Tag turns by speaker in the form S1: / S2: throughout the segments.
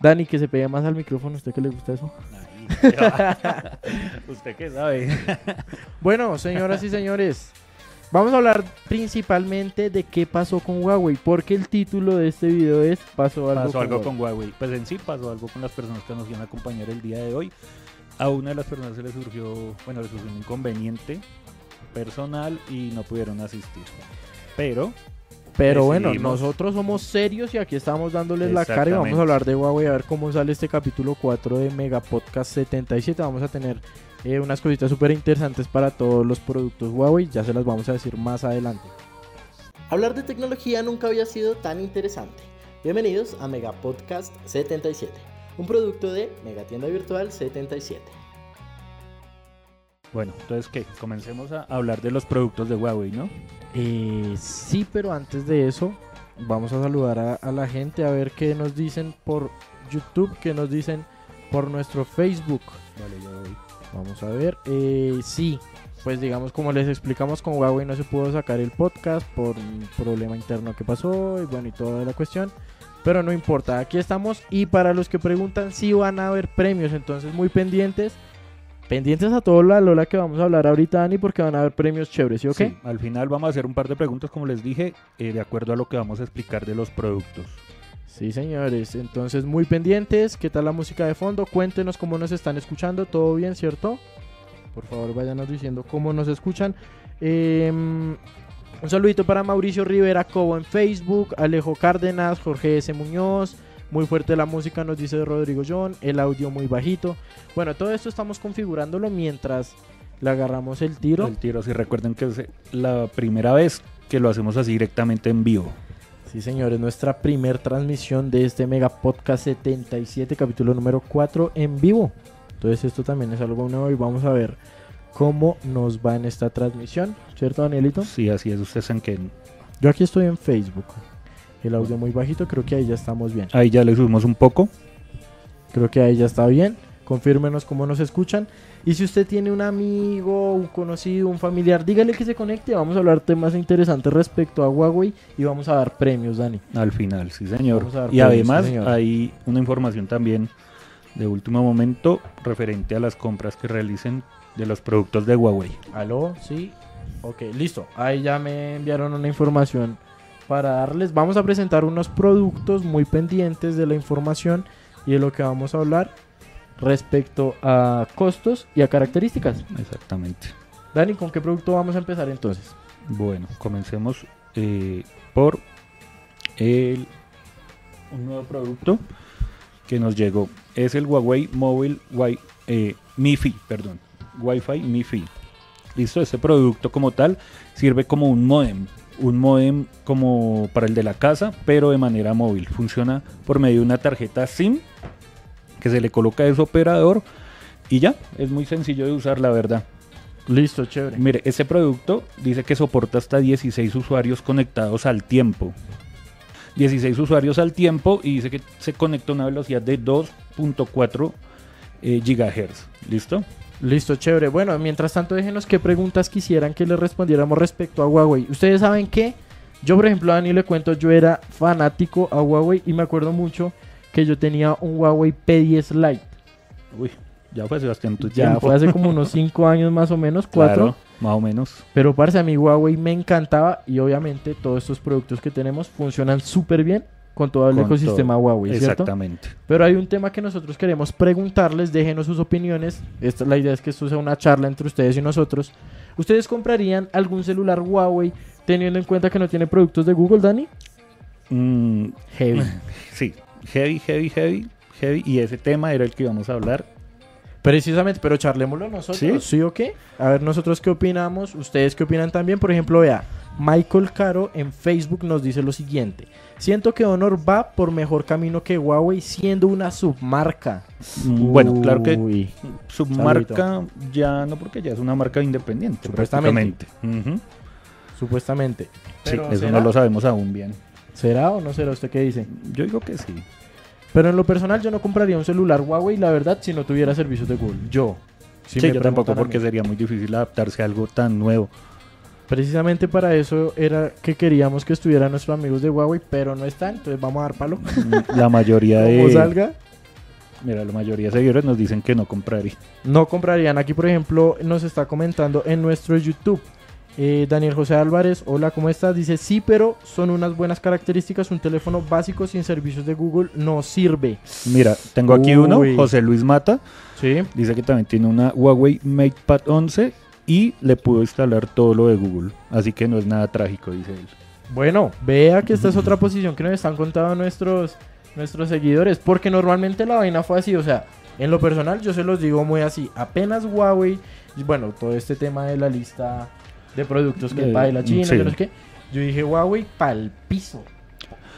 S1: Dani, que se pega más al micrófono, ¿usted que le gusta eso?
S2: Usted qué sabe.
S1: Bueno, señoras y señores, vamos a hablar principalmente de qué pasó con Huawei, porque el título de este video es Pasó algo,
S2: Pasó
S1: con
S2: algo
S1: Huawei.
S2: con Huawei. Pues en sí pasó algo con las personas que nos iban a acompañar el día de hoy. A una de las personas se le surgió, bueno, le surgió un inconveniente personal y no pudieron asistir. Pero
S1: Pero bueno,
S2: Decidimos.
S1: nosotros somos serios y aquí estamos dándoles la cara y vamos a
S2: Exactamente.
S1: hablar de Huawei, a ver cómo sale este capítulo 4 de Mega Podcast 77. Vamos a tener eh, unas cositas súper interesantes para todos los productos Huawei, ya se las vamos a decir más adelante.
S3: Hablar de tecnología nunca había sido tan interesante. Bienvenidos a Megapodcast 77, un producto de Megatienda Virtual 77.
S2: bueno, entonces que comencemos a hablar de los productos de Huawei, ¿no?
S1: Eh, sí, pero antes de eso, vamos a saludar a, a la gente a ver qué nos dicen por YouTube, qué nos dicen por nuestro Facebook.
S2: Vale, yo voy.
S1: Vamos a ver. eh, sí, pues digamos, como les explicamos con Huawei, no se pudo sacar el podcast por un problema interno que pasó y bueno, y toda la cuestión. Pero no importa, aquí estamos. Y para los que preguntan, sí van a haber premios, entonces muy pendientes. Pendientes a todo la Lola que vamos a hablar ahorita, Dani, porque van a haber premios chéveres, ¿sí o qué?
S2: Sí, al final vamos a hacer un par de preguntas, como les dije, eh, de acuerdo a lo que vamos a explicar de los productos.
S1: Sí, señores. Entonces, muy pendientes. ¿Qué tal la música de fondo? Cuéntenos cómo nos están escuchando. ¿Todo bien, cierto? Por favor, váyanos diciendo cómo nos escuchan. Eh, un saludito para Mauricio Rivera Cobo en Facebook, Alejo Cárdenas, Jorge S. Muñoz. Muy fuerte la música, nos dice Rodrigo John. El audio muy bajito. Bueno, todo esto estamos configurándolo mientras le agarramos el tiro.
S2: El tiro, si recuerden que es la primera vez que lo hacemos así directamente en vivo.
S1: Sí, señores, nuestra primer transmisión de este Mega Podcast 77, capítulo número 4 en vivo. Entonces esto también es algo nuevo y vamos a ver cómo nos va en esta transmisión, ¿cierto, Danielito?
S2: Sí, así es, ustedes saben que
S1: Yo aquí estoy en Facebook. El audio muy bajito, creo que ahí ya estamos bien.
S2: ahí ya le subimos un poco.
S1: Creo que ahí ya está bien. Confírmenos cómo nos escuchan. Y si usted tiene un amigo, un conocido, un familiar, dígale que se conecte. Vamos a hablar temas interesantes respecto a Huawei y vamos a dar premios, Dani.
S2: Al final, sí señor.
S1: Vamos a dar
S2: Y
S1: premios,
S2: además
S1: sí, señor.
S2: hay una información también de último momento referente a las compras que realicen de los productos de Huawei.
S1: ¿Aló? Sí. Ok, listo. Ahí ya me enviaron una información para darles. Vamos a presentar unos productos muy pendientes de la información y de lo que vamos a hablar respecto a costos y a características.
S2: Exactamente.
S1: Dani, ¿con qué producto vamos a empezar entonces?
S2: Bueno, comencemos eh, por el, un nuevo producto que nos llegó. Es el Huawei Mobile Wi- eh, MiFi, perdón, Wi-Fi MiFi. Listo, este producto como tal sirve como un modem, un modem como para el de la casa, pero de manera móvil. Funciona por medio de una tarjeta SIM que se le coloca a ese operador y ya, es muy sencillo de usar, la verdad.
S1: Listo, chévere.
S2: Mire, este producto dice que soporta hasta 16 usuarios conectados al tiempo. 16 usuarios al tiempo y dice que se conecta a una velocidad de 2.4 eh, gigahertz. ¿Listo?
S1: Listo, chévere. Bueno, mientras tanto, déjenos qué preguntas quisieran que les respondiéramos respecto a Huawei. Ustedes saben que yo, por ejemplo, a Dani le cuento, yo era fanático a Huawei y me acuerdo mucho que yo tenía un Huawei P10 Lite.
S2: Uy, ya fue Sebastián tu
S1: Ya
S2: tiempo.
S1: fue hace como unos 5 años más o menos, 4.
S2: Claro, más o menos.
S1: Pero parce, a mí Huawei me encantaba y obviamente todos estos productos que tenemos funcionan súper bien con todo el
S2: Con
S1: ecosistema
S2: todo.
S1: Huawei, ¿cierto?
S2: Exactamente.
S1: Pero hay un tema que nosotros queremos preguntarles, déjenos sus opiniones. Esta, la idea es que esto sea una charla entre ustedes y nosotros. ¿Ustedes comprarían algún celular Huawei teniendo en cuenta que no tiene productos de Google, Dani?
S2: Mm,
S1: Heavy.
S2: sí, heavy, heavy, heavy, heavy. Y ese tema era el que íbamos a hablar.
S1: Precisamente, pero charlémoslo nosotros. ¿Sí?
S2: ¿Sí?
S1: o qué? A ver, nosotros qué opinamos, ustedes qué opinan también. Por ejemplo, vea, Michael Caro en Facebook nos dice lo siguiente: Siento que Honor va por mejor camino que Huawei, siendo una submarca.
S2: Mm, Bueno, claro que
S1: Uy,
S2: submarca ya no, porque ya es una marca independiente.
S1: Supuestamente.
S2: Prácticamente. Ujú.
S1: Supuestamente.
S2: Sí,
S1: Pero,
S2: eso
S1: ¿será?
S2: no lo sabemos aún bien.
S1: ¿Será o no será? ¿Usted qué dice?
S2: Yo digo que sí.
S1: Pero en lo personal, yo no compraría un celular Huawei, la verdad, si no tuviera servicios de Google. Yo. Si
S2: sí,
S1: me
S2: yo tampoco,
S1: preguntan a
S2: porque
S1: mí.
S2: sería muy difícil adaptarse a algo tan nuevo.
S1: Precisamente para eso era que queríamos que estuvieran nuestros amigos de Huawei, pero no están, entonces vamos a dar palo.
S2: La mayoría
S1: Como
S2: de,
S1: salga.
S2: Mira, la mayoría de seguidores nos dicen que no compraría.
S1: No comprarían. Aquí, por ejemplo, nos está comentando en nuestro YouTube. eh, Daniel José Álvarez, hola, ¿cómo estás? Dice, sí, pero son unas buenas características. Un teléfono básico sin servicios de Google no sirve.
S2: Mira, tengo aquí uno,
S1: Uy.
S2: José Luis Mata,
S1: Sí.
S2: dice que también tiene una Huawei MatePad 11 y le pudo instalar todo lo de Google, así que no es nada trágico, dice él.
S1: Bueno, vea que esta es otra posición que nos están contando nuestros, nuestros seguidores, porque normalmente la vaina fue así, o sea, en lo personal yo se los digo muy así, apenas Huawei, y bueno, todo este tema de la lista de productos que
S2: De-
S1: baila China,
S2: sí.
S1: yo no sé qué, yo dije Huawei pal piso.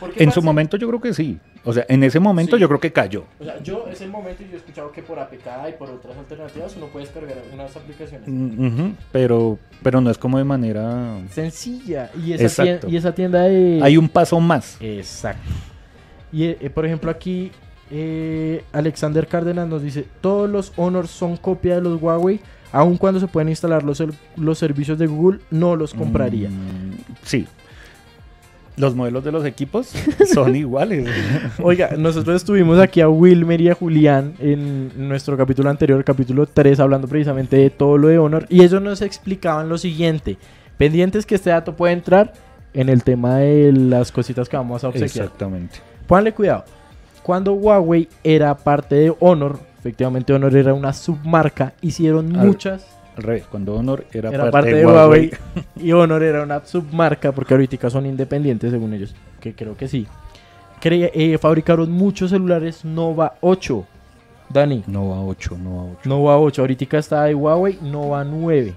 S1: Porque
S2: En su
S1: parce,
S2: momento yo creo que sí, o sea, en ese momento
S1: Sí.
S2: yo creo que cayó.
S1: O sea, yo es el momento y yo he escuchado que por APK y por otras alternativas uno puede descargar unas aplicaciones.
S2: Mm, ujú, pero, pero no es como de manera...
S1: Sencilla. Y esa,
S2: Exacto.
S1: tienda, y esa tienda de...
S2: Hay un paso más.
S1: Exacto. Y eh, por ejemplo aquí eh, Alexander Cárdenas nos dice, todos los Honor son copia de los Huawei, aun cuando se pueden instalar los, ser- los servicios de Google, no los compraría.
S2: Mm, sí. Los modelos de los equipos son iguales.
S1: Oiga, nosotros estuvimos aquí a Wilmer y a Julián en nuestro capítulo anterior, capítulo 3, hablando precisamente de todo lo de Honor, y ellos nos explicaban lo siguiente, pendientes que este dato puede entrar en el tema de las cositas que vamos a obsequiar.
S2: Exactamente.
S1: Pónganle cuidado. Cuando Huawei era parte de Honor, efectivamente Honor era una submarca, hicieron
S2: Al-
S1: muchas.
S2: Al revés, cuando Honor era,
S1: Era parte de Huawei. Y Honor era una submarca, porque ahorita son independientes según ellos, que creo que sí. Cre- eh, fabricaron muchos celulares Nova 8. Dani,
S2: Nova 8, Nova 8.
S1: Nova 8. Ahorita está de Huawei Nova 9,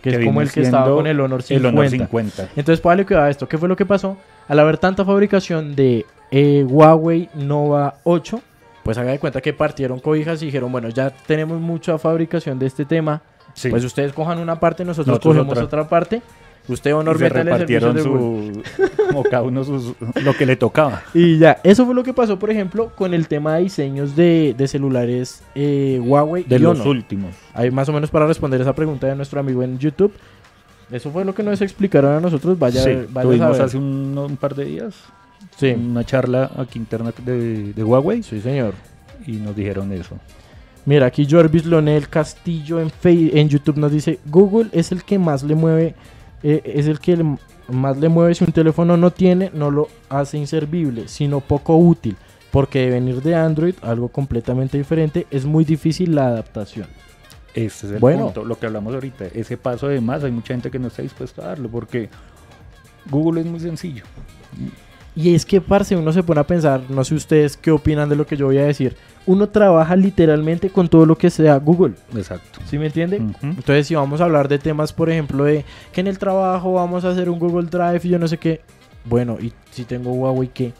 S1: que,
S2: Que
S1: es como
S2: viene
S1: el que estaba
S2: siendo
S1: con el Honor 50.
S2: El Honor 50.
S1: Entonces, póngale cuidado a esto. ¿Qué fue lo que pasó? Al haber tanta fabricación de eh, Huawei Nova 8, pues haga de cuenta que partieron cobijas y dijeron, bueno, ya tenemos mucha fabricación de este tema.
S2: Sí.
S1: Pues ustedes cojan una parte, nosotros,
S2: Nosotros
S1: cogemos otra.
S2: otra.
S1: parte. Usted
S2: Y
S1: honor
S2: se
S1: métale servicios
S2: repartieron
S1: de Google.
S2: su, como cada uno sus, lo que le tocaba.
S1: Y ya, eso fue lo que pasó, por ejemplo, con el tema de diseños de, de celulares eh, Huawei
S2: De
S1: y
S2: los
S1: Honor.
S2: últimos.
S1: Ahí más o menos para responder esa pregunta de nuestro amigo en YouTube. Eso fue lo que nos explicaron a nosotros. Vaya,
S2: Sí,
S1: vaya a
S2: tuvimos
S1: saber.
S2: hace un, un par de días
S1: Sí,
S2: una charla aquí interna de, de Huawei
S1: sí, señor.
S2: y nos dijeron eso.
S1: Mira, aquí Jorvis Lonel Castillo en, Fe- en YouTube nos dice, Google es el que más le mueve, eh, es el que le- más le mueve si un teléfono no tiene, no lo hace inservible, sino poco útil, porque de venir de Android, algo completamente diferente, es muy difícil la adaptación.
S2: Ese es el
S1: Bueno.
S2: punto, lo que hablamos ahorita. Ese paso de más, hay mucha gente que no está dispuesta a darlo porque Google es muy sencillo.
S1: Y es que, parce, uno se pone a pensar, no sé ustedes qué opinan de lo que yo voy a decir, uno trabaja literalmente con todo lo que sea Google,
S2: Exacto.
S1: ¿sí me entiende?
S2: Ujú.
S1: Entonces, si vamos a hablar de temas, por ejemplo, de que en el trabajo vamos a hacer un Google Drive y yo no sé qué. Bueno, y si tengo Huawei, ¿qué?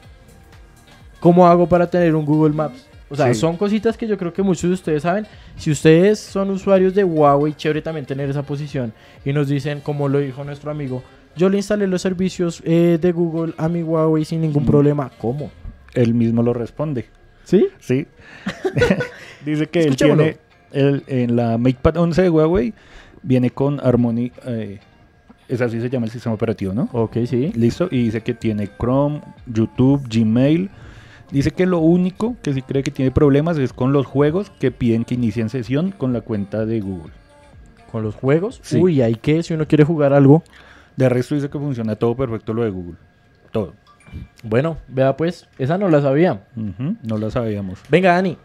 S1: ¿Cómo hago para tener un Google Maps? O sea,
S2: Sí.
S1: son cositas que yo creo que muchos de ustedes saben. Si ustedes son usuarios de Huawei, chévere también tener esa posición. Y nos dicen, como lo dijo nuestro amigo, yo le instalé los servicios eh, de Google a mi Huawei sin ningún
S2: Mm.
S1: problema. ¿Cómo?
S2: Él mismo lo responde.
S1: ¿Sí,
S2: Sí. Dice que él
S1: Escuchémoslo.
S2: tiene el- en la MatePad 11 de Huawei viene con Harmony, eh, es así se llama el sistema operativo, ¿no?
S1: ok, sí.
S2: Listo. Y dice que tiene Chrome, YouTube, Gmail. Dice que lo único que sí cree que tiene problemas es con los juegos que piden que inicien sesión con la cuenta de Google.
S1: Con los juegos.
S2: Sí.
S1: Uy, hay que, si uno quiere jugar algo.
S2: De resto dice que funciona todo perfecto lo de Google. Todo.
S1: Bueno, vea pues, esa no la sabía.
S2: Ujú, No lo sabíamos.
S1: Venga, Dani.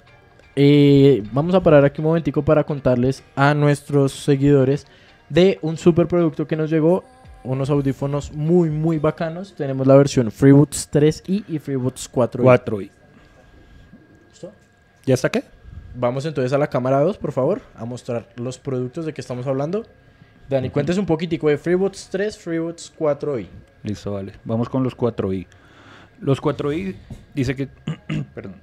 S1: eh, vamos a parar aquí un momentico para contarles a nuestros seguidores de un super producto que nos llegó. Unos audífonos muy, muy bacanos. Tenemos la versión FreeBuds 3i y FreeBuds 4i.
S2: 4 y. ¿Ya está qué?
S1: Vamos entonces a la cámara 2, por favor, a mostrar los productos de que estamos hablando. Dani, cuéntese un poquitico de FreeBuds 3, FreeBuds 4i.
S2: Listo, vale. Vamos con los 4i. Los 4i dice que perdón,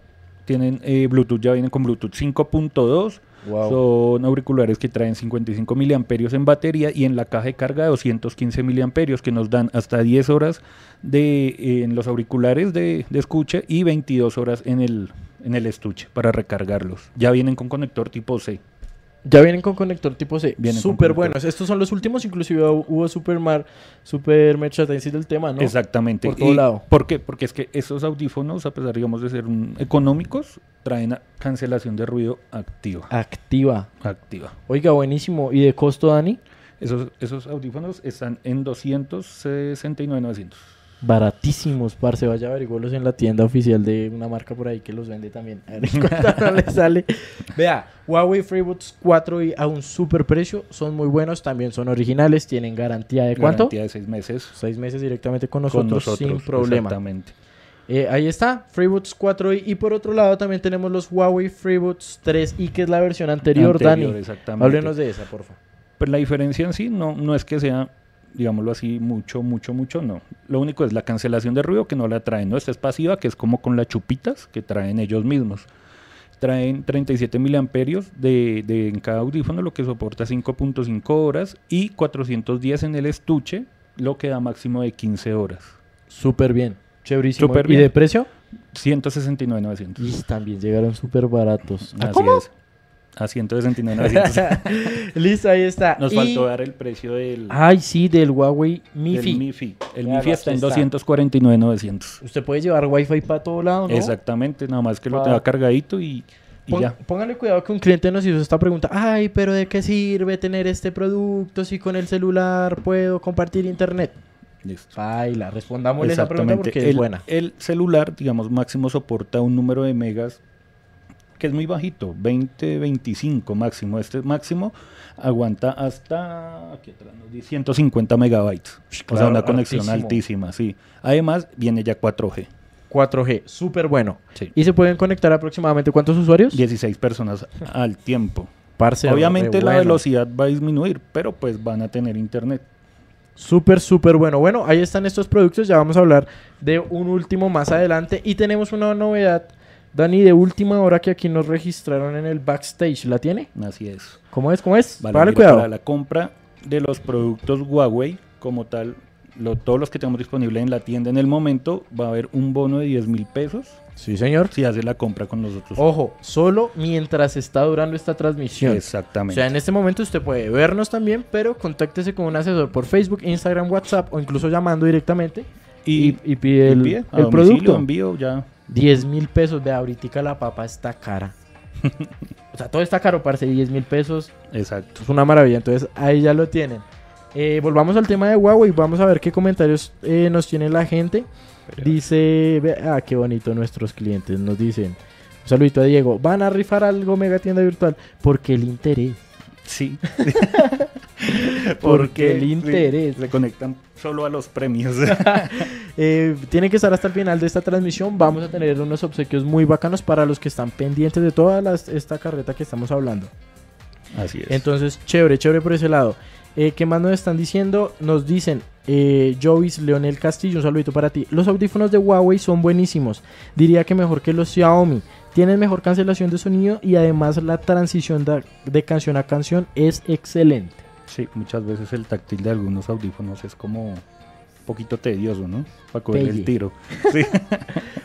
S2: tienen eh, Bluetooth, ya vienen con Bluetooth 5.2. Son auriculares que traen 55 miliamperios en batería y en la caja de carga 215 miliamperios que nos dan hasta 10 horas de, eh, en los auriculares de, de escucha y 22 horas en el, en el estuche para recargarlos. Ya vienen con conector tipo C.
S1: Ya vienen con conector tipo C.
S2: Vienen con
S1: Súper
S2: conector.
S1: buenos. Estos son los últimos, inclusive hu- hubo Supermar, Super merchandising del tema, ¿no?
S2: Exactamente.
S1: Por todo
S2: Y-
S1: lado.
S2: ¿Por qué? Porque es que esos audífonos, a pesar, digamos, de ser un- económicos, traen a- cancelación de ruido activa.
S1: Activa.
S2: Activa.
S1: Oiga, buenísimo. ¿Y de costo, Dani?
S2: Esos, esos audífonos están en 269.900.
S1: Baratísimos, parce. Vaya a averiguarlos en la tienda oficial de una marca por ahí que los vende también. A ver cuánto no le sale. Vea, Huawei FreeBuds 4 y a un super precio. Son muy buenos, también son originales, tienen garantía de cuánto?
S2: Garantía de seis meses.
S1: Seis meses directamente con
S2: con
S1: nosotros,
S2: nosotros
S1: sin problema.
S2: Exactamente.
S1: Eh, ahí está, FreeBuds 4i. Y por otro lado también tenemos los Huawei FreeBuds 3i, que es la versión anterior, Dani.
S2: Exactamente.
S1: Háblenos de esa, porfa.
S2: Pero Pues la diferencia en sí no, no es que sea, digámoslo así, mucho, mucho, mucho, no. Lo único es la cancelación de ruido que no la traen. No, esta es pasiva, que es como con las chupitas que traen ellos mismos. Traen 37 miliamperios de, de- en cada audífono, lo que soporta 5.5 horas y 410 en el estuche, lo que da máximo de 15 horas.
S1: Súper bien, chéverísimo.
S2: Súper
S1: ¿Y
S2: bien.
S1: de precio?
S2: 169.900.
S1: Y también llegaron súper baratos.
S2: Así es. A 169.900.
S1: Listo, ahí está.
S2: Nos
S1: Y-
S2: faltó dar el precio del,
S1: Ay, sí, del Huawei
S2: del
S1: Mifi.
S2: Mifi. El
S1: Claro,
S2: Mifi está en
S1: aquí está.
S2: 249.900.
S1: Usted puede llevar Wi-Fi para todo lado, ¿no?
S2: Exactamente, nada más que lo
S1: Pa-
S2: tenga cargadito y, y
S1: Pon-
S2: ya.
S1: Póngale cuidado que un cliente nos hizo esta pregunta. Ay, pero ¿de qué sirve tener este producto si con el celular puedo compartir internet?
S2: Listo.
S1: Baila, respondámosle esa pregunta porque es
S2: el,
S1: Ah, buena.
S2: el celular, digamos, máximo soporta un número de megas que es muy bajito, 20, 25 máximo. Este máximo aguanta hasta, aquí atrás nos dice, 150 megabytes. o
S1: claro,
S2: sea, una conexión
S1: hartísimo.
S2: altísima, sí. Además, viene ya 4G.
S1: 4G, súper bueno.
S2: Sí.
S1: ¿Y se pueden conectar aproximadamente cuántos usuarios?
S2: 16 personas al tiempo.
S1: Parce,
S2: Obviamente
S1: re
S2: la
S1: bueno.
S2: velocidad va a disminuir, pero pues van a tener internet.
S1: Súper, súper bueno. Bueno, ahí están estos productos. Ya vamos a hablar de un último más adelante. Y tenemos una novedad, Dani, de última hora que aquí nos registraron en el backstage. ¿La tiene?
S2: Así es.
S1: ¿Cómo es? ¿Cómo es?
S2: Vale,
S1: Póngale
S2: mira,
S1: cuidado.
S2: Para la compra de los productos Huawei, como tal, lo- todos los que tenemos disponibles en la tienda en el momento, va a haber un bono de 10 mil pesos
S1: Sí, señor.
S2: si hace la compra con nosotros.
S1: Ojo, solo mientras está durando esta transmisión. O
S2: Exactamente.
S1: sea, en este momento usted puede vernos también, pero contáctese con un asesor por Facebook, Instagram, WhatsApp o incluso llamando directamente y,
S2: y,
S1: y pide el,
S2: envíe a
S1: el
S2: domicilio,
S1: producto.
S2: envío ya.
S1: 10 mil pesos. Vea, ahorita la papa está cara. o sea, todo está caro, parce. 10 mil pesos
S2: Exacto.
S1: es una maravilla. Entonces, ahí ya lo tienen. Eh, volvamos al tema de Huawei. Vamos a ver qué comentarios eh, nos tiene la gente. Dice, ve- ah, qué bonito nuestros clientes. Nos dicen, un saludito a Diego. Van a rifar algo mega tienda virtual. Porque el interés.
S2: Sí.
S1: Porque el interés.
S2: Se conectan solo a los premios.
S1: Eh, tiene que estar hasta el final de esta transmisión. Vamos a tener unos obsequios muy bacanos para los que están pendientes de toda las- esta carreta que estamos hablando.
S2: Así es.
S1: Entonces, chévere, chévere por ese lado. Eh, ¿Qué más nos están diciendo? Nos dicen, eh, Jovis Leonel Castillo, un saludito para ti. Los audífonos de Huawei son buenísimos. Diría que mejor que los Xiaomi. Tienen mejor cancelación de sonido y además la transición da- de, canción a canción es excelente.
S2: Sí, muchas veces el táctil de algunos audífonos es como un poquito tedioso, ¿no? Para coger
S1: Pelle.
S2: el tiro. Sí.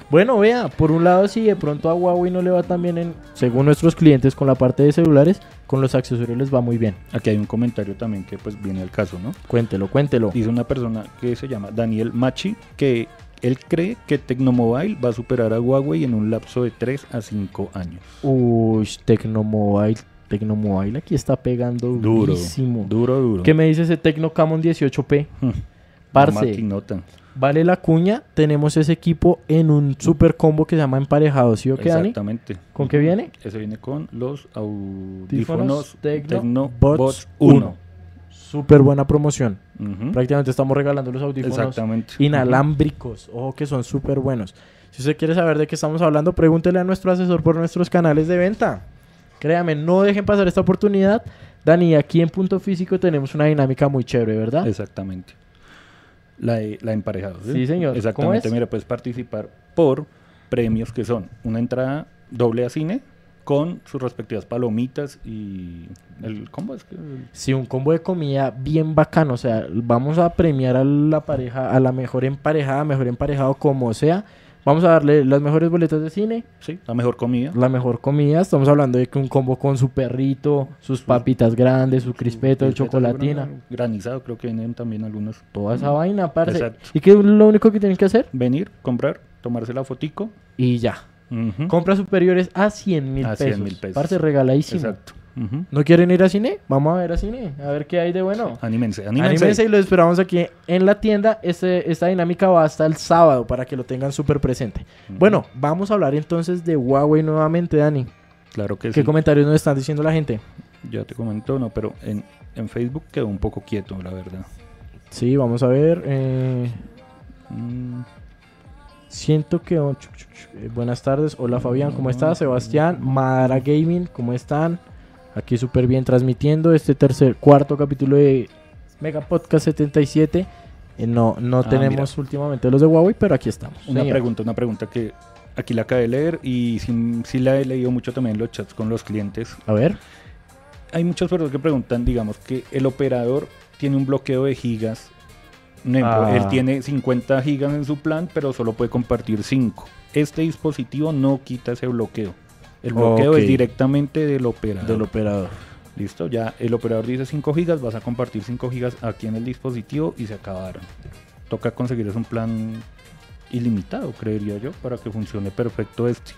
S1: Bueno, vea, por un lado, si de pronto a Huawei no le va tan bien, en, según nuestros clientes, con la parte de celulares, con los accesorios les va muy bien.
S2: Aquí hay un comentario también que pues viene al caso, ¿no?
S1: Cuéntelo, cuéntelo.
S2: Dice una persona que se llama Daniel Machi que él cree que Tecnomobile va a superar a Huawei en un lapso de 3 a 5 años.
S1: Uy, Tecnomobile. Tecnomobile aquí está pegando
S2: Duro.
S1: durísimo.
S2: Duro, duro.
S1: ¿Qué me dice ese Tecno Camon 18P?
S2: Hmm. Una
S1: Parce,
S2: maquinota.
S1: vale la cuña. Tenemos ese equipo en un super combo que se llama emparejado, ¿sí o qué, Dani?
S2: Exactamente.
S1: ¿Con qué viene?
S2: Ese viene con los audífonos
S1: Tecno
S2: Tecno
S1: Buds
S2: Buds 1.
S1: Súper buena promoción.
S2: Ujú.
S1: Prácticamente estamos regalando los audífonos
S2: Exactamente.
S1: inalámbricos. Ojo que son súper buenos. Si usted quiere saber de qué estamos hablando, pregúntele a nuestro asesor por nuestros canales de venta. Créame, no dejen pasar esta oportunidad. Dani, aquí en Punto Físico tenemos una dinámica muy chévere, ¿verdad?
S2: Exactamente. La de, la de emparejados,
S1: Sí, señor. ¿Cómo
S2: Exactamente.
S1: es?
S2: Mira, puedes participar por premios que son una entrada doble a cine con sus respectivas palomitas y el combo es que
S1: Sí, un combo de comida bien bacano. O sea, vamos a premiar a la pareja, a la mejor emparejada, mejor emparejado, como sea. Vamos a darle las mejores boletas de cine,
S2: Sí, la mejor comida.
S1: la mejor comida. Estamos hablando de que un combo con su perrito, sus papitas grandes, su crispeto, el chocolatina,
S2: alguna, Granizado, creo que vienen también algunos.
S1: toda esa vaina, parce.
S2: Exacto.
S1: ¿Y qué es lo único que tienen que hacer?
S2: Venir, comprar, tomarse la fotico.
S1: Y ya.
S2: ujú,
S1: Compras superiores a 100 mil
S2: A 100 mil
S1: pesos.
S2: pesos.
S1: Parce, regaladísimo.
S2: Exacto. ujú.
S1: ¿No quieren ir a cine? Vamos a ver a cine, a ver qué hay de bueno.
S2: Anímense, anímense.
S1: Anímense y lo esperamos aquí en la tienda. Este, esta dinámica va hasta el sábado para que lo tengan súper presente. Bueno, vamos a hablar entonces de Huawei nuevamente, Dani.
S2: Claro que
S1: ¿Qué
S2: sí.
S1: comentarios nos están diciendo la gente?
S2: Ya te comento, no, pero en, en Facebook quedó un poco quieto, la verdad.
S1: Sí, vamos a ver. eh,
S2: Mm,
S1: siento que... oh, chuc, chuc, chuc. Eh, Buenas tardes. Hola Fabián, ¿cómo estás?
S2: Mm.
S1: Sebastián, Madara Gaming, ¿cómo están? Aquí súper bien transmitiendo este tercer, cuarto capítulo de Mega Podcast 77. Eh, no no
S2: Ah,
S1: tenemos últimamente los de Huawei, pero aquí estamos.
S2: una
S1: señor.
S2: pregunta, una pregunta que aquí la acabé de leer y sí, sí la he leído mucho también en los chats con los clientes.
S1: A ver.
S2: Hay muchas personas que preguntan, digamos, que el operador tiene un bloqueo de gigas. Un ejemplo,
S1: Ah.
S2: él tiene 50 gigas en su plan, pero solo puede compartir 5. Este dispositivo no quita ese bloqueo. El bloqueo
S1: Ok.
S2: es directamente del operador.
S1: Del operador.
S2: Listo, ya el operador dice 5 gigas, vas a compartir 5 gigas aquí en el dispositivo y se acabaron. Toca conseguirles un plan ilimitado, creería yo, para que funcione perfecto este.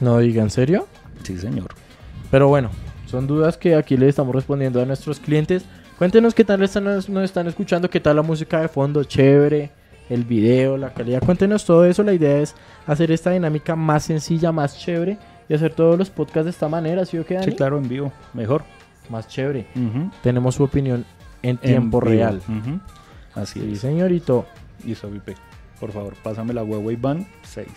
S1: No diga, ¿en serio?
S2: Sí, señor.
S1: Pero bueno, son dudas que aquí le estamos respondiendo a nuestros clientes. Cuéntenos qué tal están, nos están escuchando, qué tal la música de fondo, chévere, el video, la calidad. Cuéntenos todo eso. La idea es hacer esta dinámica más sencilla, más chévere y hacer todos los podcasts de esta manera, ¿sí o qué, Dani?
S2: Sí, claro, en vivo, mejor.
S1: Más chévere.
S2: Ujú.
S1: Tenemos su opinión en
S2: En
S1: tiempo
S2: vivo.
S1: real.
S2: Ujú. Así
S1: Sí,
S2: es.
S1: señorito.
S2: Y VIP. Por favor, pásame la Huawei Band 6.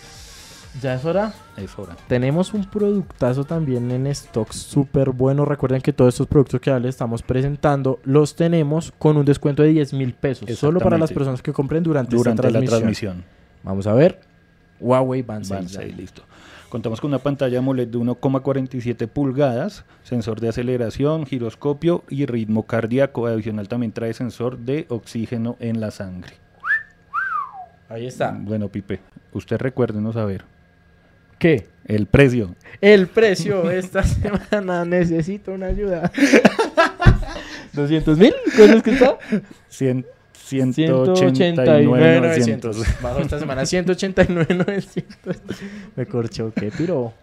S1: ¿Ya es hora?
S2: Es hora.
S1: Tenemos un productazo también en stock súper bueno. Recuerden que todos estos productos que ya les estamos presentando los tenemos con un descuento de 10 mil pesos. Solo para las
S2: Exactamente.
S1: personas que compren durante, esta
S2: Durante la
S1: transmisión.
S2: transmisión.
S1: Vamos a ver. Huawei Band 6.
S2: Van seis, listo. Contamos con una pantalla AMOLED de 1,47 pulgadas, sensor de aceleración, giroscopio y ritmo cardíaco. Adicional también trae sensor de oxígeno en la sangre.
S1: Ahí está.
S2: Bueno, Pipe, usted recuérdenos a ver
S1: ¿Qué?
S2: el precio.
S1: El precio esta semana. Necesito una ayuda. ¿200 mil? ¿Cuánto es que está?
S2: 100, 189,900.
S1: 189.900. Bajo esta semana 189.900. Me corchó, qué piro.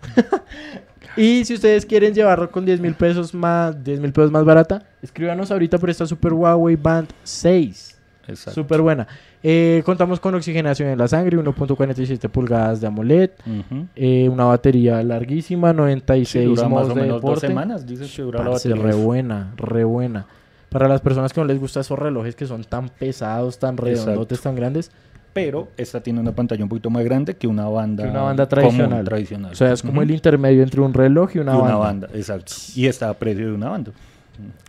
S1: y si ustedes quieren llevarlo con 10 mil pesos más, 10 mil pesos más barata, escríbanos ahorita por esta Super Huawei Band 6.
S2: Exacto.
S1: Súper buena. Eh, contamos con oxigenación en la sangre, 1.47 pulgadas de AMOLED,
S2: Ujú.
S1: eh, una batería larguísima,
S2: Sí,
S1: 96
S2: dura más
S1: modos
S2: o
S1: de
S2: menos dos
S1: deporte.
S2: semanas, dice que dura la
S1: Parce,
S2: batería.
S1: re buena, re buena. Para las personas que no les gustan esos relojes que son tan pesados, tan redondotes, tan grandes,
S2: Pero esta tiene una pantalla un poquito más grande que una banda,
S1: Que una banda
S2: común,
S1: tradicional.
S2: tradicional.
S1: o sea, es como
S2: Ujú.
S1: el intermedio entre un reloj y
S2: Y
S1: una,
S2: una
S1: banda.
S2: banda, exacto. Y está a precio de una banda.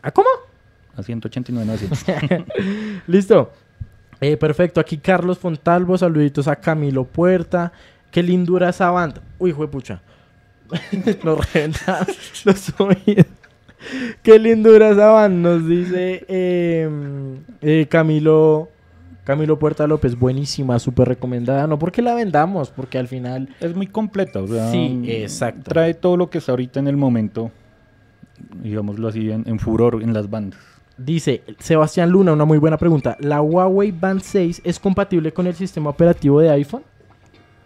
S1: ¿Ah, cómo?
S2: A 189, 900.
S1: Listo. Eh, perfecto, aquí Carlos Fontalvo, saluditos a Camilo Puerta. Qué lindura esa banda. Uy, juepucha. nos reventaron los oídos. Qué lindura esa banda, nos dice eh, eh, Camilo. Camilo Puerta López, buenísima, súper recomendada. No porque la vendamos, porque al final
S2: Es muy completa, o sea,
S1: Sí,
S2: mm,
S1: exacto.
S2: Trae todo lo que está ahorita en el momento, digámoslo así, en, en furor en las bandas.
S1: Dice Sebastián Luna, una muy buena pregunta. ¿La Huawei Band 6 es compatible con el sistema operativo de iPhone?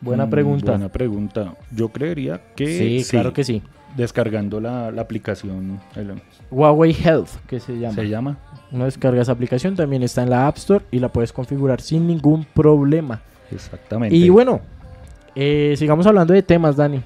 S1: Buena
S2: Mm,
S1: pregunta.
S2: Buena pregunta. Yo creería que
S1: sí, claro que sí.
S2: Descargando la, la aplicación, el-
S1: Huawei Health, que se llama.
S2: se llama.
S1: No descargas aplicación, también está en la App Store y la puedes configurar sin ningún problema.
S2: Exactamente.
S1: Y bueno, eh, sigamos hablando de temas, Dani.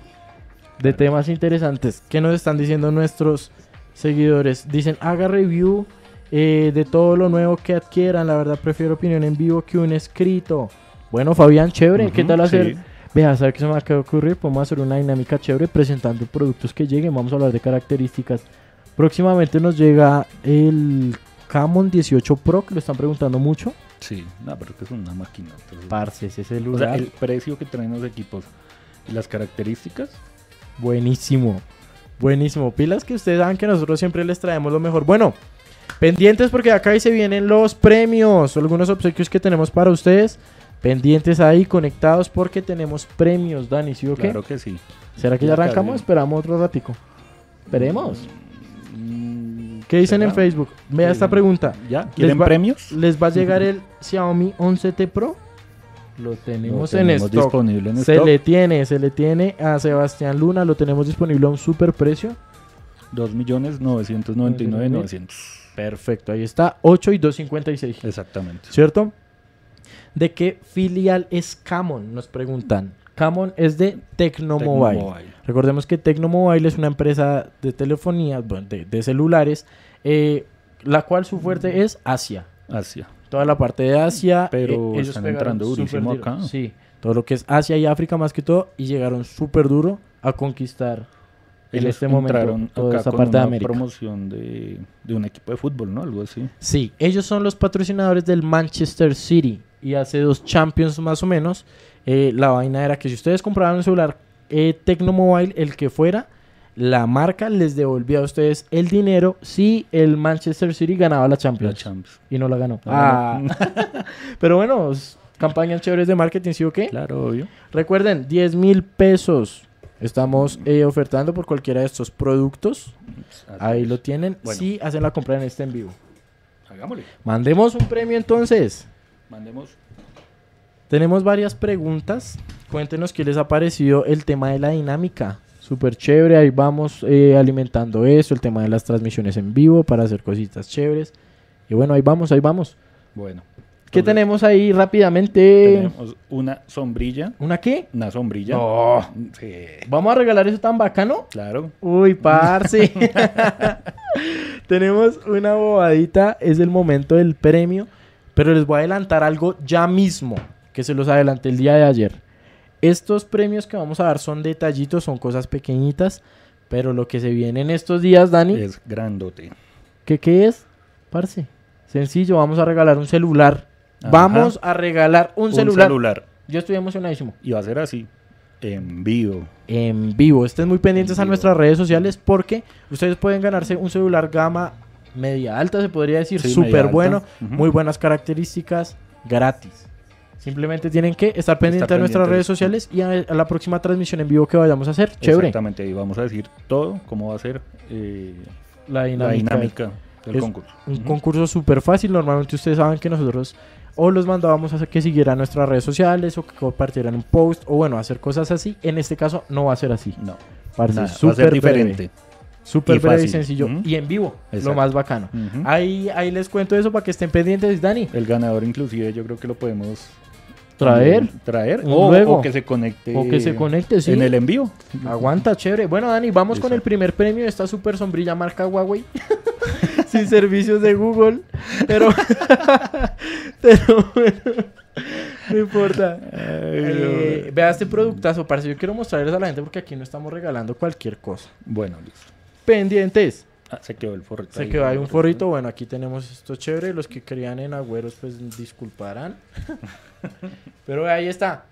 S1: De temas interesantes. ¿Qué nos están diciendo nuestros seguidores? Dicen, haga review eh, de todo lo nuevo que adquieran. La verdad, prefiero opinión en vivo que un escrito. Bueno, Fabián, chévere. ¿Qué
S2: Ujú,
S1: tal hacer?
S2: sí.
S1: Vea, ¿sabes qué se me acaba de ocurrir? Podemos hacer una dinámica chévere presentando productos que lleguen. Vamos a hablar de características. Próximamente nos llega el Camon 18 Pro, que lo están preguntando mucho.
S2: Sí, no, pero que es una máquina. entonces-
S1: Parce, ese
S2: o
S1: celular.
S2: sea, el precio que traen los equipos y las características,
S1: Buenísimo. Buenísimo. Pilas que ustedes saben que nosotros siempre les traemos lo mejor. Bueno, pendientes porque acá ahí se vienen los premios, algunos obsequios que tenemos para ustedes. Pendientes ahí, conectados porque tenemos premios, Dani, ¿sí o qué?
S2: Claro que sí.
S1: ¿Será que ya
S2: Claro.
S1: arrancamos? Esperamos otro ratico. Esperemos.
S2: Mm,
S1: ¿Qué dicen en
S2: ¿verdad?
S1: Facebook? Vea
S2: Sí.
S1: esta pregunta.
S2: ¿Ya? ¿Quieren
S1: va-
S2: premios?
S1: ¿Les va a llegar el Xiaomi 11T Pro? Lo tenemos,
S2: Lo
S1: en
S2: tenemos
S1: stock.
S2: disponible en
S1: se
S2: stock.
S1: le tiene, se le tiene a Sebastián Luna, lo tenemos disponible a un super precio.
S2: 2.999.900.
S1: Perfecto, ahí está, 8 y 2.56.
S2: Exactamente.
S1: ¿Cierto? ¿De qué filial es Camon? Nos preguntan. Camon es de Tecnomobile.
S2: Tecnomobile.
S1: Recordemos que Tecnomobile es una empresa de telefonía, bueno, de, de celulares, eh, la cual su fuerte es Asia.
S2: Asia.
S1: toda la parte de Asia. eh,
S2: Pero
S1: ellos
S2: están
S1: pegaron
S2: entrando
S1: súper
S2: durísimo
S1: duro.
S2: acá.
S1: Sí, todo lo que es Asia y África más que todo y llegaron súper duro a conquistar en
S2: Ellos
S1: este momento
S2: entraron
S1: toda
S2: acá
S1: esa
S2: con
S1: parte de
S2: una
S1: América.
S2: promoción de, de un equipo de fútbol, ¿no? Algo así.
S1: Sí, ellos son los patrocinadores del Manchester City y hace dos Champions más o menos eh, la vaina era que si ustedes compraban un celular eh, Tecnomobile, el que fuera, la marca les devolvía a ustedes el dinero si el Manchester City ganaba la
S2: La
S1: Champions.
S2: Champions.
S1: y no la ganó.
S2: No,
S1: Ah. Pero bueno, s- campañas chéveres de marketing, ¿sí o qué?
S2: Claro, obvio.
S1: Recuerden, 10 mil pesos estamos eh, ofertando por cualquiera de estos productos. Ahí lo tienen.
S2: Bueno.
S1: Si hacen la compra en este en vivo.
S2: Hagámosle.
S1: Mandemos un premio entonces.
S2: Mandemos.
S1: Tenemos varias preguntas. Cuéntenos qué les ha parecido el tema de la dinámica. Súper chévere, ahí vamos eh, alimentando eso, el tema de las transmisiones en vivo para hacer cositas chéveres. Y bueno, ahí vamos, ahí vamos.
S2: Bueno.
S1: ¿Qué
S2: Entonces,
S1: tenemos ahí rápidamente?
S2: Tenemos una sombrilla.
S1: ¿Una qué?
S2: Una sombrilla.
S1: No.
S2: Sí.
S1: ¿Vamos a regalar eso tan bacano?
S2: Claro.
S1: Uy, parce. Tenemos una bobadita, es el momento del premio, pero les voy a adelantar algo ya mismo, que se los adelanté el día de ayer. Estos premios que vamos a dar son detallitos, son cosas pequeñitas, pero lo que se viene en estos días, Dani,
S2: Es grandote.
S1: ¿qué, qué es? Parce, sencillo, vamos a regalar un celular.
S2: Ajá.
S1: Vamos a regalar un, celular.
S2: celular.
S1: Yo estoy emocionadísimo.
S2: Y va a ser así. En vivo.
S1: en vivo. Estén muy pendientes a
S2: vivo.
S1: nuestras redes sociales porque ustedes pueden ganarse un celular gama media alta, se podría decir,
S2: Sí, media
S1: súper
S2: alta.
S1: bueno,
S2: Ujú.
S1: muy buenas características, gratis. Simplemente tienen que estar pendientes a nuestras redes
S2: pendientes.
S1: sociales y a, a la próxima transmisión en vivo que vayamos a hacer. Chévere.
S2: Exactamente. Ahí vamos a decir todo, cómo va a ser eh,
S1: La
S2: la
S1: dinámica.
S2: dinámica del
S1: Es
S2: concurso.
S1: Un concurso súper fácil. Normalmente ustedes saben que nosotros o los mandábamos a que siguieran nuestras redes sociales o que compartieran un post o bueno, hacer cosas así. En este caso no va a ser así.
S2: No.
S1: Parce,
S2: nada, va a
S1: súper
S2: ser
S1: breve.
S2: diferente.
S1: Súper
S2: Y
S1: breve y
S2: fácil.
S1: sencillo.
S2: Ujú.
S1: Y en vivo, lo
S2: Exacto.
S1: más bacano.
S2: Ujú.
S1: ahí, ahí les cuento eso para que estén pendientes, Dani.
S2: Ah, El ganador inclusive yo creo que lo podemos
S1: Traer.
S2: eh, traer
S1: Un
S2: o,
S1: luego.
S2: o que se conecte
S1: O que se conecte, sí.
S2: en el e- envío.
S1: Aguanta, chévere. Bueno, Dani, vamos con
S2: Exacto.
S1: el primer premio de esta super sombrilla marca Huawei. Sin servicios de Google. Pero. pero bueno. No importa. Eh, vea este productazo, parce. Yo quiero mostrarles a la gente porque aquí no estamos regalando cualquier cosa.
S2: bueno, listo.
S1: Pendientes.
S2: Ah, se quedó el forrito.
S1: Se
S2: ahí.
S1: quedó ahí un forrito. Bueno, aquí tenemos esto chévere. Los que querían en agüeros, pues disculparán. Pero ahí está.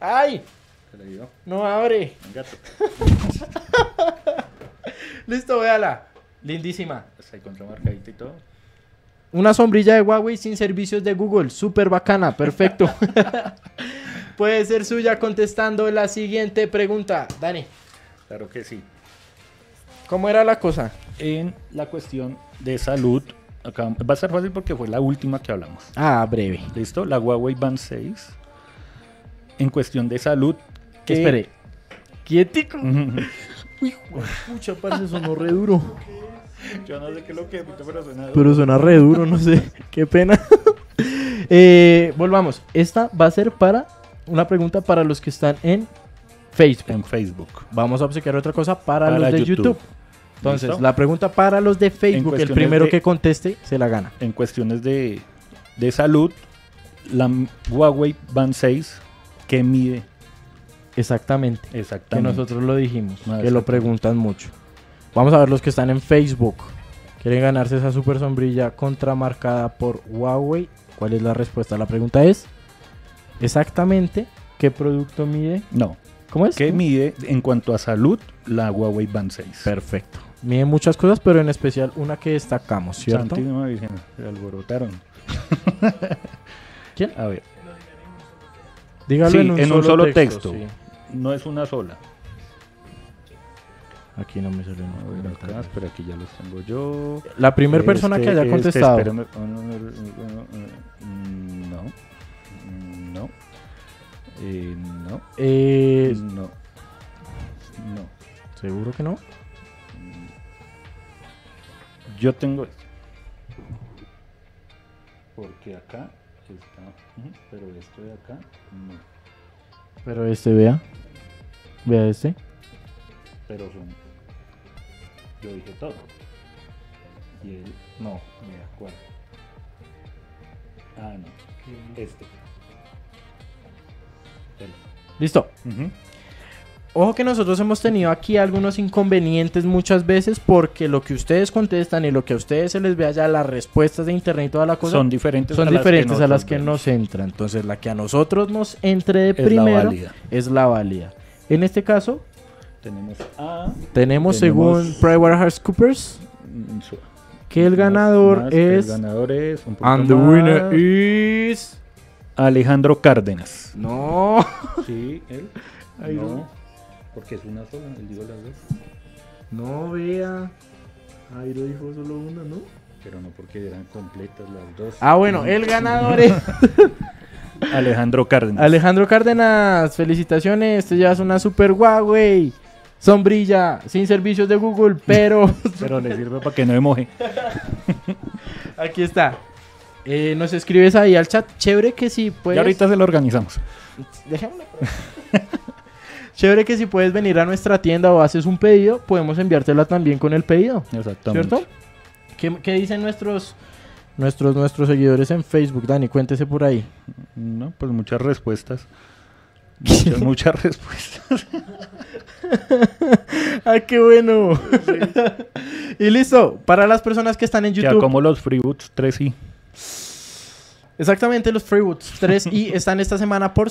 S1: ¡Ay!
S2: Se le dio.
S1: No abre.
S2: Un gato.
S1: Listo, véala. Lindísima.
S2: Está ahí contramarcadito y todo.
S1: Una sombrilla de Huawei sin servicios de Google. Súper bacana. Perfecto. Puede ser suya contestando la siguiente pregunta. Dani,
S2: Claro que sí.
S1: ¿cómo era la cosa?
S2: En la cuestión de salud, acá va a ser fácil porque fue la última que hablamos.
S1: Ah, breve.
S2: ¿Listo? La Huawei Band 6. En cuestión de salud. que-
S1: Espere. Quietico.
S2: Ujú.
S1: Pucha, parce, sonó re duro.
S2: Yo no sé qué es lo que pero suena duro.
S1: Pero suena re duro, no sé. Qué pena. Eh, volvamos. Esta va a ser para una pregunta para los que están en Facebook.
S2: En Facebook.
S1: Vamos a obsequiar otra cosa para,
S2: Para
S1: los de YouTube.
S2: YouTube.
S1: Entonces,
S2: ¿Listo?
S1: la pregunta para los de Facebook, el
S2: cuestiones
S1: primero
S2: de-
S1: que conteste se la gana.
S2: En cuestiones de, de salud, la m- Huawei Band 6, que mide
S1: Exactamente. Que
S2: exactamente?
S1: nosotros lo dijimos,
S2: Ah,
S1: que lo
S2: exactamente.
S1: preguntan mucho. Vamos a ver los que están en Facebook. Quieren ganarse esa super sombrilla contramarcada por Huawei. ¿Cuál es la respuesta? La pregunta es exactamente qué producto mide.
S2: No,
S1: ¿Cómo es?
S2: que mide en cuanto a salud la Huawei Band 6.
S1: Perfecto. Mide muchas cosas, pero en especial una que destacamos, ¿cierto?
S2: Santísima Virgen, se alborotaron.
S1: ¿Quién?
S2: A ver,
S1: Dígalo
S2: Sí,
S1: en, un, solo texto. sí.
S2: No es una sola.
S1: Aquí no me sale
S2: A ver
S1: nada.
S2: Ah, acá, espera, aquí ya los tengo yo.
S1: La primera persona
S2: Este,
S1: que haya
S2: este,
S1: contestado.
S2: espérame, oh, no, no, no, mm, No. mm, No. eh, No.
S1: Eh,
S2: No. No.
S1: Seguro que no.
S2: Yo tengo esto. Porque acá está. ujú, Pero esto de acá no.
S1: Pero este, vea. Vea este.
S2: Pero son. Yo dije todo. Y él. No, mira, ¿cuál? Ah, no. Este. Él.
S1: Listo. Ojo que nosotros hemos tenido aquí algunos inconvenientes muchas veces porque lo que ustedes contestan y lo que a ustedes se les vea ya las respuestas de internet y toda la cosa
S2: Son diferentes.
S1: son
S2: a
S1: diferentes a las
S2: nosotros
S1: que
S2: vemos.
S1: nos entra. Entonces la que a nosotros nos entre de
S2: Es la
S1: primero
S2: válida.
S1: es la válida. En este caso
S2: Tenemos A.
S1: tenemos,
S2: Tenemos-
S1: según PricewaterhouseCoopers
S2: mm, su-
S1: que el
S2: más-
S1: ganador
S2: más, que
S1: es
S2: El ganador es. Un poquito
S1: and the
S2: más.
S1: winner is
S2: Alejandro Cárdenas.
S1: no
S2: Sí, él.
S1: Ahí
S2: no.
S1: no.
S2: Porque es una sola, él dijo las dos.
S1: no vea ahí lo dijo solo una no
S2: Pero no porque eran completas las dos.
S1: ah bueno el ganador es
S2: Alejandro Cárdenas.
S1: Alejandro Cárdenas, felicitaciones, te llevas una super Huawei. Sombrilla, sin servicios de Google, pero
S2: Pero le sirve para que no me moje.
S1: aquí está. Eh, nos escribes ahí al chat. Chévere que si puedes.
S2: Y ahorita se lo organizamos.
S1: Déjame. Chévere que si puedes venir a nuestra tienda o haces un pedido, podemos enviártela también con el pedido.
S2: Exactamente.
S1: ¿Cierto? ¿Qué, qué dicen nuestros, nuestros, nuestros seguidores en Facebook, Dani? Cuéntese por ahí.
S2: No, pues muchas respuestas. Muchas, muchas respuestas.
S1: ¡Ah, qué bueno! y listo, para las personas que están en
S2: Ya
S1: YouTube.
S2: como los Freeboots 3 y
S1: Exactamente, los Freeboots 3 y están esta semana por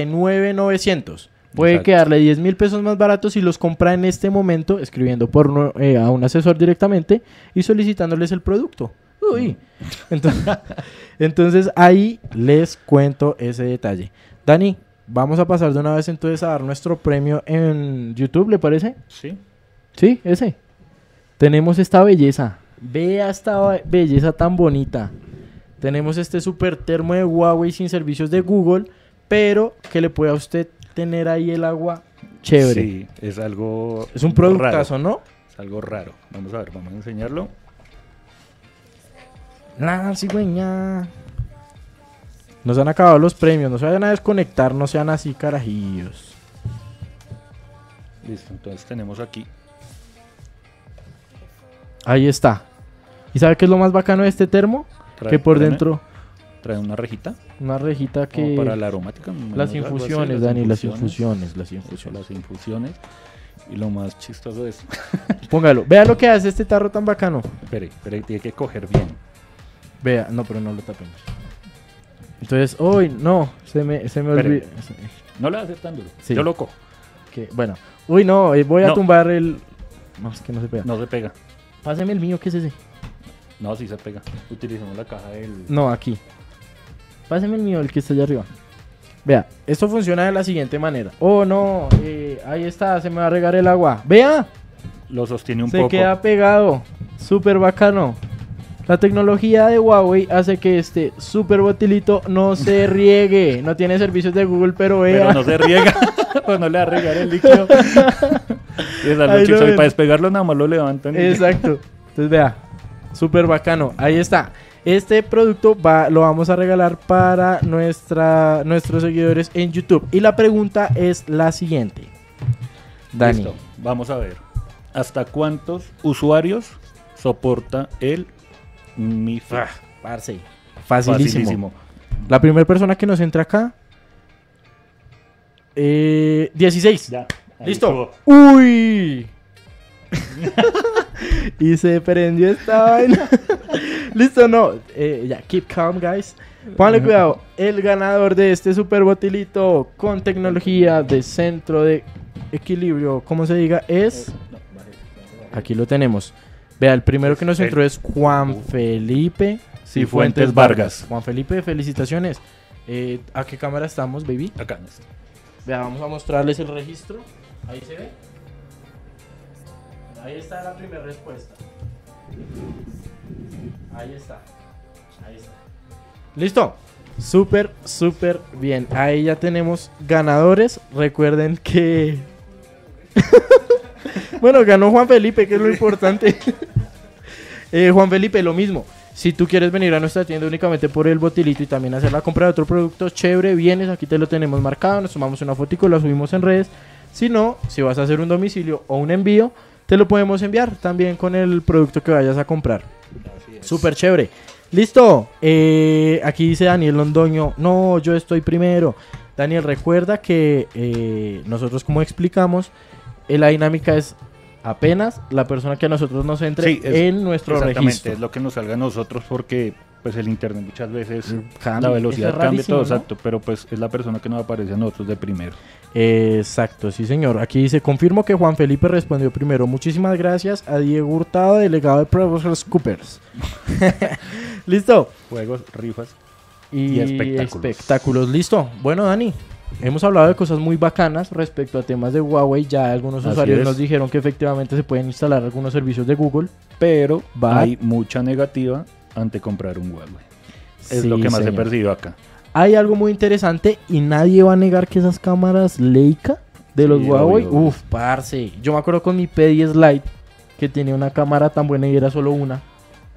S1: 169,900. Puede
S2: Exacto.
S1: quedarle 10 mil pesos más baratos si los compra en este momento, escribiendo por nu- eh, a un asesor directamente y solicitándoles el producto. Uy. Entonces, entonces ahí les cuento ese detalle. Dani, vamos a pasar de una vez entonces a dar nuestro premio en YouTube, ¿le parece?
S2: Sí.
S1: Sí, ese. Tenemos esta belleza. Vea esta ba- belleza tan bonita. Tenemos este super termo de Huawei sin servicios de Google, pero que le pueda usted tener ahí el agua chévere.
S2: Sí, es algo.
S1: Es un
S2: raro,
S1: productazo, ¿no?
S2: Es algo raro. Vamos a ver, vamos a enseñarlo.
S1: La cigüeña. Nos han acabado los premios, no se vayan a desconectar, no sean así carajillos.
S2: Listo, entonces tenemos aquí.
S1: Ahí está. ¿Y sabe qué es lo más bacano de este termo?
S2: Trae-
S1: que por
S2: trae-
S1: dentro
S2: Trae una rejita.
S1: una rejita
S2: como
S1: que
S2: para la aromática. me
S1: las
S2: imagino, algo así,
S1: infusiones, Dani, las infusiones, las
S2: Eso,
S1: infusiones.
S2: las infusiones. Y lo más chistoso es.
S1: Póngalo. Vea lo que hace este tarro tan bacano.
S2: Espere, espere, tiene que coger bien.
S1: Vea, no, pero no lo tapemos. Entonces, uy, no, se me, se me olvidó.
S2: Espere. No le va a hacer tan duro.
S1: Sí.
S2: Yo lo cojo.
S1: Que, bueno, uy, no, eh, voy a
S2: No.
S1: tumbar el. No, es que no se pega.
S2: No se pega.
S1: Páseme el mío, ¿qué es ese?
S2: No, sí se pega. Utilicemos la caja del.
S1: No, aquí. Páseme el mío, el que está allá arriba. Vea, esto funciona de la siguiente manera. Oh, no, eh, ahí está, se me va a regar el agua. Vea,
S2: Lo sostiene un
S1: se
S2: poco.
S1: queda pegado. Súper bacano. La tecnología de Huawei hace que este super botilito no se riegue. No tiene servicios de Google, pero vea.
S2: Pero no se riega. pues no le va a regar el líquido. y esa es
S1: Ahí
S2: la
S1: lo
S2: chistosa, y
S1: ven.
S2: para despegarlo nada más lo levantan. y-
S1: Exacto. Entonces vea, súper bacano. Ahí está. Este producto va, lo vamos a regalar para nuestra, nuestros seguidores en YouTube. Y la pregunta es la siguiente. Dani,
S2: Listo. Vamos a ver. ¿Hasta cuántos usuarios soporta el Mi Fit?
S1: Ah, parce, facilísimo. La primera persona que nos entra acá. eh, 16.
S2: Ya. ahí
S1: Listo.
S2: estuvo.
S1: Uy. y se prendió esta vaina. Listo, no. Eh, ya, keep calm, guys. Pónganle cuidado. El ganador de este super botilito con tecnología de centro de equilibrio, como se diga, es. Aquí lo tenemos. Vea, el primero que nos entró es Juan Felipe
S2: Cifuentes Vargas.
S1: Juan Felipe, felicitaciones. Eh, ¿A qué cámara estamos, baby?
S2: Acá no está.
S1: Vea, vamos a mostrarles el registro. Ahí se ve. Ahí está la primera respuesta. Ahí está. Ahí está. Listo. Súper, súper bien. Ahí ya tenemos ganadores. Recuerden que. bueno, ganó Juan Felipe, que es lo importante. Eh, Juan Felipe, lo mismo. Si tú quieres venir a nuestra tienda únicamente por el botilito y también hacer la compra de otro producto, chévere, vienes, aquí te lo tenemos marcado, nos tomamos una fotico, la subimos en redes. Si no, si vas a hacer un domicilio o un envío, te lo podemos enviar también con el producto que vayas a comprar. Súper chévere. Listo. eh, aquí dice Daniel Londoño, no, yo estoy primero. Daniel, recuerda que eh, nosotros como explicamos, eh, la dinámica es apenas la persona que a nosotros nos entre
S2: Sí, es-
S1: en nuestro
S2: Exactamente,
S1: registro.
S2: es lo que nos salga a nosotros porque pues el internet muchas veces
S1: Cambia,
S2: la
S1: eso
S2: velocidad
S1: es
S2: cambia
S1: rarísimo,
S2: todo,
S1: ¿no?
S2: exacto, pero pues es la persona que nos aparece a nosotros de primero.
S1: Exacto, sí señor. Aquí dice, confirmo que Juan Felipe respondió primero. Muchísimas gracias a Diego Hurtado, delegado de Provost Coopers. Listo.
S2: Juegos, rifas.
S1: Y,
S2: Y espectáculos.
S1: espectáculos. Listo. Bueno, Dani, hemos hablado de cosas muy bacanas respecto a temas de Huawei. Ya algunos
S2: Así
S1: usuarios
S2: es.
S1: nos dijeron que efectivamente se pueden instalar algunos servicios de Google.
S2: Pero
S1: Va.
S2: hay mucha negativa ante comprar un Huawei. Es
S1: Sí,
S2: lo que más he
S1: señor.
S2: percibido acá.
S1: Hay algo muy interesante y nadie va a negar que esas cámaras Leica de los
S2: Sí,
S1: Huawei,
S2: obvio, obvio.
S1: uff, parce. Yo me acuerdo con mi P10 Lite que tenía una cámara tan buena y era solo una.
S2: Pero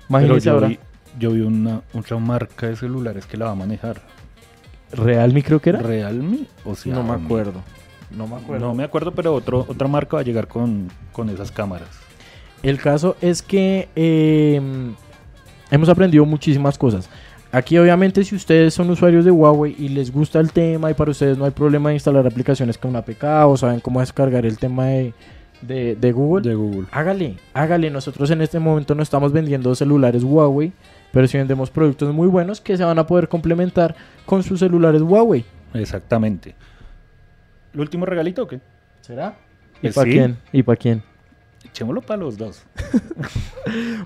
S1: Imagínense
S2: yo
S1: ahora.
S2: vi, yo vi una, otra marca de celulares que la va a manejar.
S1: Realme creo que era.
S2: ¿Realme o
S1: no me
S2: Xiaomi?
S1: acuerdo. No me acuerdo.
S2: No me acuerdo, pero otro, otra marca va a llegar con, con esas cámaras.
S1: El caso es que eh, hemos aprendido muchísimas cosas. Aquí obviamente si ustedes son usuarios de Huawei y les gusta el tema y para ustedes no hay problema de instalar aplicaciones con APK o saben cómo descargar el tema de, de- de Google,
S2: De Google.
S1: hágale, hágale. Nosotros en este momento no estamos vendiendo celulares Huawei, pero sí vendemos productos muy buenos que se van a poder complementar con sus celulares Huawei.
S2: Exactamente. ¿El último regalito o qué?
S1: ¿Será? ¿Y
S2: Pues
S1: para
S2: sí.
S1: quién? ¿Y para quién?
S2: Echémoslo para los dos.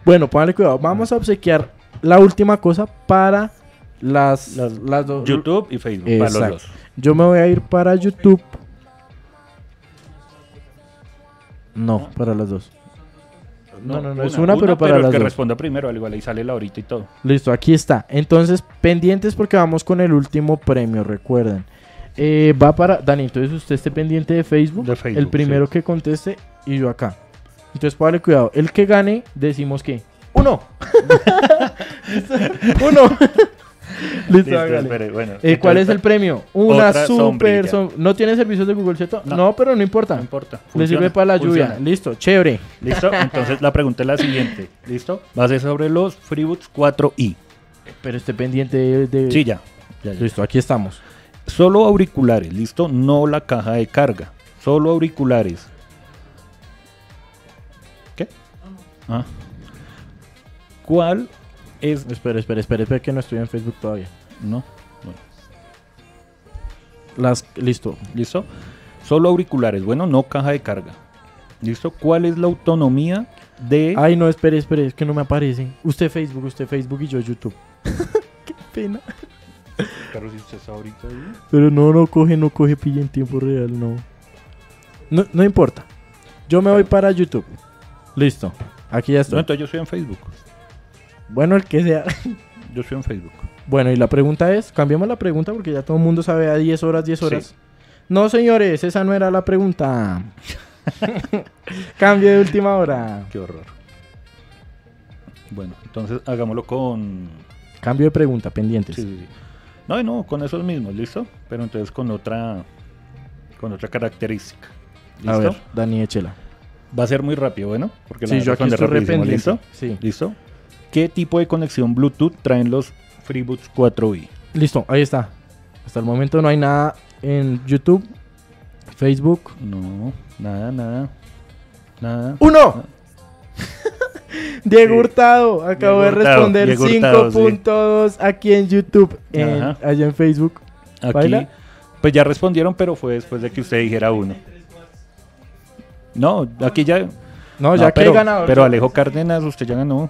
S1: Bueno, póngale cuidado. Vamos a obsequiar la última cosa para las, las, dos.
S2: YouTube y Facebook. Para
S1: Exacto.
S2: los dos.
S1: Yo me voy a ir para YouTube. No, para las dos. No, no, no, es una, pero para
S2: el
S1: las
S2: que
S1: dos.
S2: responda primero, al igual ahí sale la horita y todo.
S1: Listo, aquí está. Entonces, pendientes porque vamos con el último premio, recuerden. Eh, va para. Dani, entonces usted esté pendiente de Facebook.
S2: De Facebook,
S1: el primero que conteste y yo acá. Entonces, póngale cuidado. El que gane, decimos que. ¡Uno! ¡Uno! Listo,
S2: Listo,
S1: hágale.
S2: espere, bueno.
S1: Eh, ¿Cuál es
S2: Entonces,
S1: el premio? Una
S2: otra
S1: super.
S2: sombrilla.
S1: som- ¿No tiene servicios de Google, cierto? No,
S2: No.
S1: pero no importa.
S2: No importa.
S1: Le
S2: funciona,
S1: sirve para la lluvia.
S2: funciona.
S1: Listo, chévere.
S2: Listo. Entonces la pregunta es la siguiente. ¿Listo? Va a ser sobre los FreeBoots 4i.
S1: Pero esté pendiente de. de-
S2: Sí, ya. Ya, ya.
S1: Listo, aquí estamos.
S2: Solo auriculares, listo, no la caja de carga. Solo auriculares. ¿Qué? Ah. ¿Cuál es?
S1: Espera, espera, espera, espera que no estoy en Facebook todavía.
S2: No. bueno,
S1: Las, listo.
S2: listo. Solo auriculares, bueno, no caja de carga. Listo. ¿Cuál es la autonomía de?
S1: Ay, no, espere, espere, es que no me aparece. Usted Facebook, usted Facebook y yo YouTube. Qué pena.
S2: Pero si usted está ahorita ahí.
S1: Pero no, no coge, no coge pilla en tiempo real, no. No, no importa. Yo me voy para YouTube. Listo. Aquí ya
S2: No,
S1: estoy.
S2: entonces yo soy en Facebook.
S1: Bueno, el que sea.
S2: Yo soy en Facebook.
S1: Bueno, y la pregunta es, cambiamos la pregunta porque ya todo el mundo sabe a 10 horas, 10
S2: Sí.
S1: horas. No, señores, esa no era la pregunta. Cambio de última hora.
S2: Qué horror. Bueno, entonces hagámoslo con
S1: Cambio de pregunta, pendientes.
S2: Sí, sí, sí. No, no, con esos mismos, ¿listo? Pero entonces con otra con otra característica. ¿Listo?
S1: A ver, Dani Echela.
S2: Va a ser muy rápido, bueno, porque la
S1: Sí,
S2: van a
S1: yo aquí
S2: responder
S1: estoy re
S2: rapidísimo,
S1: pendiente.
S2: ¿Listo?
S1: Sí.
S2: ¿Listo? ¿Qué tipo de conexión Bluetooth traen los FreeBoots 4i?
S1: Listo, ahí está. Hasta el momento no hay nada en YouTube, Facebook.
S2: No, nada, nada. Nada.
S1: ¡Uno! Diego
S2: Sí.
S1: Hurtado acabo
S2: Diego
S1: de
S2: Hurtado,
S1: responder
S2: Diego Hurtado,
S1: 5.2 aquí en YouTube, en-
S2: Ajá.
S1: allá en Facebook.
S2: Aquí,
S1: ¿Baila?
S2: pues ya respondieron, pero fue después de que usted dijera uno. No, aquí ya.
S1: No,
S2: No,
S1: ya que
S2: pero,
S1: hay ganador.
S2: Pero Alejo Cárdenas, usted ya ganó.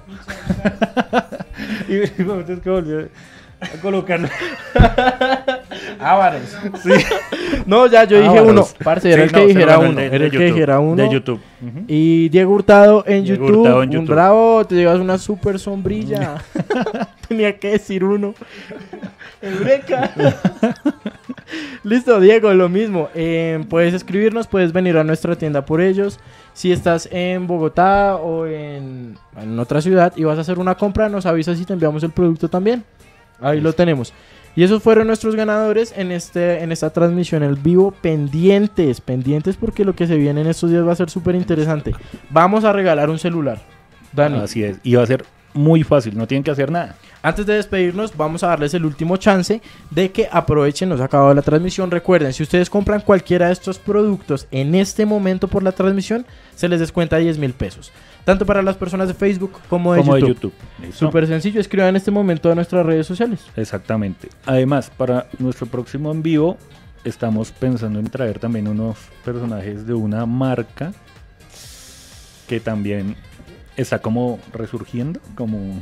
S2: y, y, es que volvió. a colocarlo. Ávaros. Sí.
S1: No, ya, yo dije
S2: Ávaros.
S1: uno. Ah, Parce, era
S2: Sí,
S1: el que
S2: no,
S1: dijera
S2: Serrano, el
S1: uno.
S2: de-
S1: Era
S2: de
S1: el que
S2: YouTube,
S1: dijera uno.
S2: De YouTube. Ujú.
S1: Y Diego Hurtado en,
S2: Diego
S1: YouTube,
S2: Hurtado en
S1: Un
S2: YouTube. Mm.
S1: bravo, te llevas una super sombrilla. Tenía que decir uno. Eureka. Listo, Diego, lo mismo. Eh, puedes escribirnos, puedes venir a nuestra tienda por ellos. Si estás en Bogotá o en, en otra ciudad y vas a hacer una compra, nos avisas y te enviamos el producto también. Ahí lo tenemos. Y esos fueron nuestros ganadores en, este, en esta transmisión en vivo. Pendientes, pendientes porque lo que se viene en estos días va a ser súper interesante. Vamos a regalar un celular. Dani,
S2: Así es. Y va a ser muy fácil, no tienen que hacer nada.
S1: antes de despedirnos, vamos a darles el último chance de que aprovechen. Nos ha acabado la transmisión. Recuerden, si ustedes compran cualquiera de estos productos en este momento por la transmisión, se les descuenta 10 mil pesos. Tanto para las personas de Facebook como de
S2: como
S1: YouTube.
S2: de YouTube. ¿Listo?
S1: Súper sencillo, escriban en este momento a nuestras redes sociales.
S2: Exactamente. Además, para nuestro próximo en vivo, estamos pensando en traer también unos personajes de una marca que también está como resurgiendo, como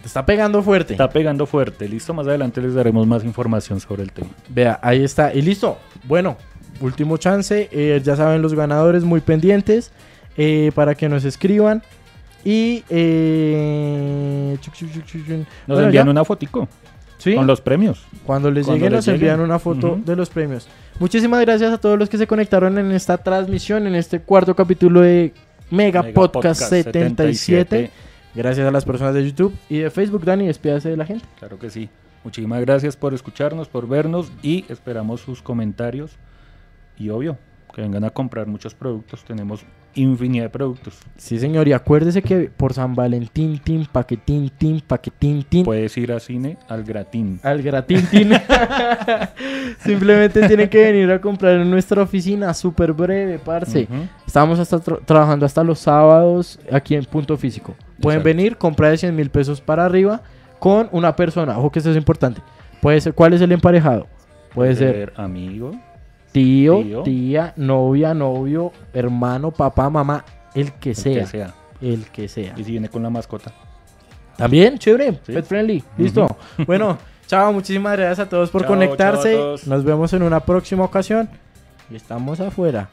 S1: Te está pegando fuerte.
S2: está pegando fuerte. Listo, más adelante les daremos más información sobre el tema.
S1: Vea, ahí está. Y listo. Bueno, último chance. eh, ya saben los ganadores muy pendientes eh, para que nos escriban. Y... eh, chuc, chuc, chuc, chuc, chuc.
S2: Nos
S1: Bueno,
S2: envían
S1: ya.
S2: una fotico
S1: Sí.
S2: con los premios.
S1: Cuando les
S2: Cuando
S1: lleguen
S2: les
S1: nos envían
S2: lleguen.
S1: una foto
S2: Ujú.
S1: de los premios. Muchísimas gracias a todos los que se conectaron en esta transmisión, en este cuarto capítulo de Mega,
S2: Mega
S1: Podcast,
S2: Podcast
S1: 77. Gracias a las personas de YouTube y de Facebook. Dani, despídase de la gente.
S2: Claro que sí. Muchísimas gracias por escucharnos, por vernos y esperamos sus comentarios. Y obvio, que vengan a comprar muchos productos. Tenemos infinidad de productos.
S1: Sí, señor. Y acuérdese que por San Valentín, tin, paquetín, tin, paquetín, tin.
S2: Puedes ir a cine al gratín.
S1: Al gratín, tin. Simplemente tienen que venir a comprar en nuestra oficina. Súper breve, parce.
S2: Ujú.
S1: Estamos hasta tra- trabajando hasta los sábados aquí en Punto Físico. Pueden
S2: Exacto.
S1: venir, comprar de 100 mil pesos para arriba con una persona. Ojo que esto es importante. Puede ser, ¿cuál es el emparejado? Puede ser
S2: Ser amigo.
S1: tío,
S2: tío.
S1: tía, novia, novio, hermano, papá, mamá, el que
S2: el
S1: sea.
S2: Que sea.
S1: El que sea.
S2: Y si viene con la mascota.
S1: También, chévere,
S2: Sí.
S1: pet friendly. Listo. Bueno, chao, muchísimas gracias a todos por
S2: Chao, chao a
S1: conectarse.
S2: todos.
S1: Nos vemos en una próxima ocasión. Y estamos afuera.